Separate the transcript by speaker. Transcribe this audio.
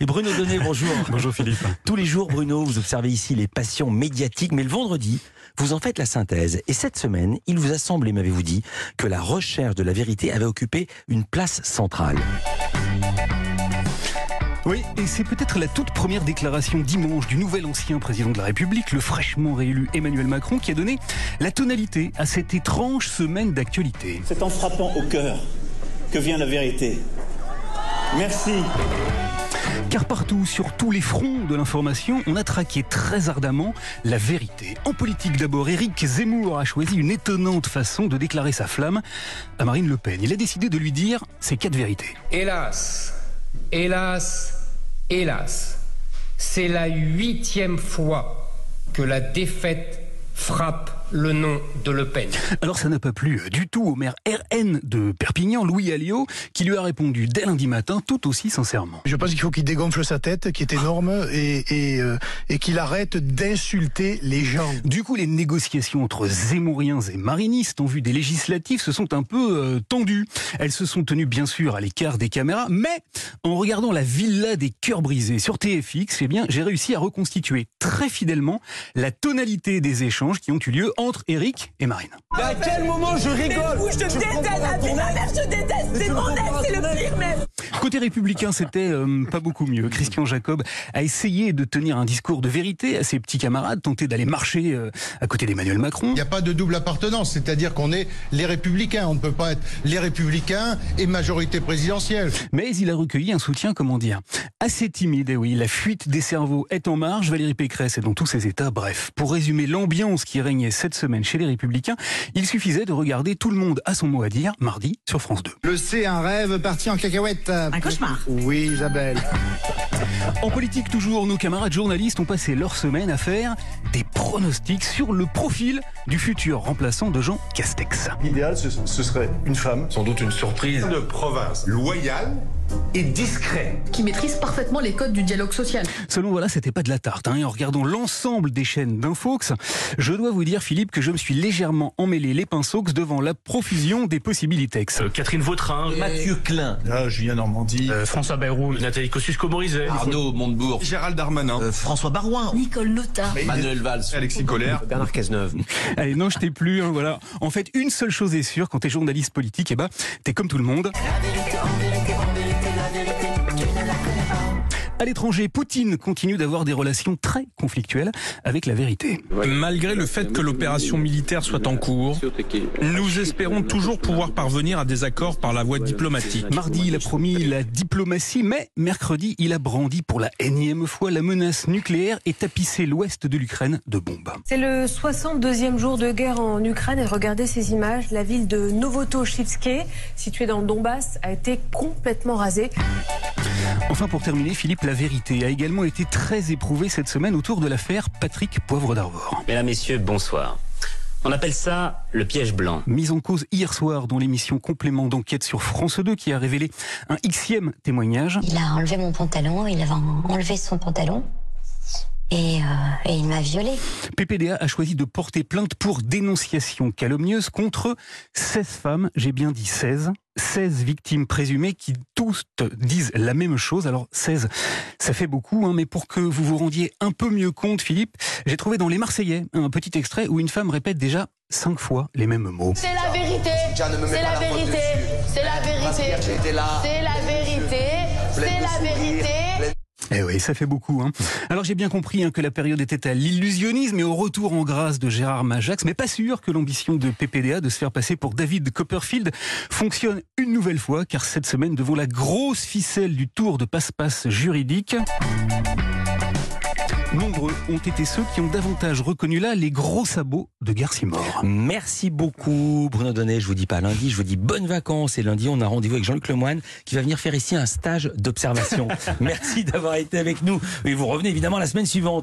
Speaker 1: Et Bruno Donnet, bonjour.
Speaker 2: Bonjour Philippe.
Speaker 1: Tous les jours, Bruno, vous observez ici les passions médiatiques, mais le vendredi, vous en faites la synthèse. Et cette semaine, il vous a semblé, m'avez-vous dit, que la recherche de la vérité avait occupé une place centrale.
Speaker 2: Oui, et c'est peut-être la toute première déclaration dimanche du nouvel ancien président de la République, le fraîchement réélu Emmanuel Macron, qui a donné la tonalité à cette étrange semaine d'actualité.
Speaker 3: C'est en frappant au cœur que vient la vérité. Merci.
Speaker 2: Car partout, sur tous les fronts de l'information, on a traqué très ardemment la vérité. En politique d'abord, Éric Zemmour a choisi une étonnante façon de déclarer sa flamme à Marine Le Pen. Il a décidé de lui dire ces quatre vérités.
Speaker 4: Hélas, hélas, hélas, c'est la huitième fois que la défaite frappe le nom de Le Pen.
Speaker 2: Alors ça n'a pas plu euh, du tout au maire RN de Perpignan, Louis Alliot, qui lui a répondu dès lundi matin tout aussi sincèrement.
Speaker 5: Je pense qu'il faut qu'il dégonfle sa tête, qui est énorme, et, et, euh, et qu'il arrête d'insulter les gens.
Speaker 2: Du coup, les négociations entre Zemmouriens et Marinistes en vue des législatives se sont un peu euh, tendues. Elles se sont tenues bien sûr à l'écart des caméras, mais en regardant la villa des cœurs brisés sur TFX, eh bien, j'ai réussi à reconstituer très fidèlement la tonalité des échanges qui ont eu lieu entre Eric et Marine.
Speaker 6: Mais à quel moment je rigole
Speaker 7: vous, je, te déteste, à vie ma mère, je déteste, c'est mon ex, c'est le pire même.
Speaker 2: Côté républicain, c'était euh, pas beaucoup mieux. Christian Jacob a essayé de tenir un discours de vérité à ses petits camarades, tenté d'aller marcher euh, à côté d'Emmanuel Macron.
Speaker 8: Il n'y a pas de double appartenance, c'est-à-dire qu'on est les républicains, on ne peut pas être les républicains et majorité présidentielle.
Speaker 2: Mais il a recueilli un soutien, comment dire, assez timide, et oui, la fuite des cerveaux est en marche, Valérie Pécresse est dans tous ses états, bref. Pour résumer l'ambiance qui régnait cette semaine chez les républicains, il suffisait de regarder tout le monde à son mot à dire, mardi, sur France 2.
Speaker 9: Le C, un rêve parti en cacahuète.
Speaker 7: Un cauchemar.
Speaker 9: Oui, Isabelle.
Speaker 2: En politique toujours, nos camarades journalistes ont passé leur semaine à faire des pronostics sur le profil du futur remplaçant de Jean Castex.
Speaker 10: L'idéal, ce, ce serait une femme,
Speaker 11: sans doute une surprise,
Speaker 12: de province, loyale et discret.
Speaker 13: Qui maîtrise parfaitement les codes du dialogue social.
Speaker 2: Selon voilà, c'était pas de la tarte. Hein. Et en regardant l'ensemble des chaînes d'Infox, je dois vous dire, Philippe, que je me suis légèrement emmêlé les pinceaux devant la profusion des possibilités.
Speaker 14: Euh, Catherine Vautrin,
Speaker 15: et... Mathieu Klein,
Speaker 16: ah, Julien Normandie,
Speaker 14: euh, François Bayrou, Nathalie Kosciusko-Morizet,
Speaker 17: Arnaud Montebourg,
Speaker 18: Gérald Darmanin,
Speaker 19: euh, François Barouin,
Speaker 20: Oh.
Speaker 21: Nicole Nota,
Speaker 7: Manuel Valls,
Speaker 5: Alexis Collère,
Speaker 10: Bernard Cazeneuve.
Speaker 2: Allez, non, je t'ai plus. Hein, voilà. En fait, une seule chose est sûre, quand t'es journaliste politique, eh ben, t'es comme tout le monde. À l'étranger, Poutine continue d'avoir des relations très conflictuelles avec la vérité.
Speaker 3: Malgré le fait que l'opération militaire soit en cours, nous espérons toujours pouvoir parvenir à des accords par la voie diplomatique.
Speaker 2: Mardi, il a promis la diplomatie, mais mercredi, il a brandi pour la énième fois la menace nucléaire et tapissé l'ouest de l'Ukraine de bombes.
Speaker 8: C'est le 62e jour de guerre en Ukraine et regardez ces images. La ville de Novotochivske, située dans le Donbass, a été complètement rasée.
Speaker 2: Enfin, pour terminer, Philippe, la vérité a également été très éprouvée cette semaine autour de l'affaire Patrick Poivre d'Arvor.
Speaker 1: Mesdames, Messieurs, bonsoir. On appelle ça le piège blanc.
Speaker 2: Mise en cause hier soir dans l'émission Complément d'enquête sur France 2 qui a révélé un xème témoignage.
Speaker 22: Il a enlevé mon pantalon, il avait enlevé son pantalon. Et, euh, et, il m'a violée.
Speaker 2: PPDA a choisi de porter plainte pour dénonciation calomnieuse contre 16 femmes, j'ai bien dit 16, 16 victimes présumées qui tous disent la même chose. Alors 16, ça fait beaucoup, hein, mais pour que vous vous rendiez un peu mieux compte, Philippe, j'ai trouvé dans Les Marseillais un petit extrait où une femme répète déjà 5 fois les mêmes mots.
Speaker 20: C'est la vérité, c'est la vérité, c'est la vérité, c'est la vérité, c'est la vérité.
Speaker 2: Eh oui, ça fait beaucoup. Hein. Alors j'ai bien compris hein, que la période était à l'illusionnisme et au retour en grâce de Gérard Majax, mais pas sûr que l'ambition de PPDA de se faire passer pour David Copperfield fonctionne une nouvelle fois, car cette semaine, devant la grosse ficelle du tour de passe-passe juridique... Nombreux ont été ceux qui ont davantage reconnu là les gros sabots de Garcimore.
Speaker 1: Merci beaucoup Bruno Donnet, je vous dis pas lundi, je vous dis bonnes vacances et lundi on a rendez-vous avec Jean-Luc Lemoine qui va venir faire ici un stage d'observation. Merci d'avoir été avec nous et vous revenez évidemment la semaine suivante.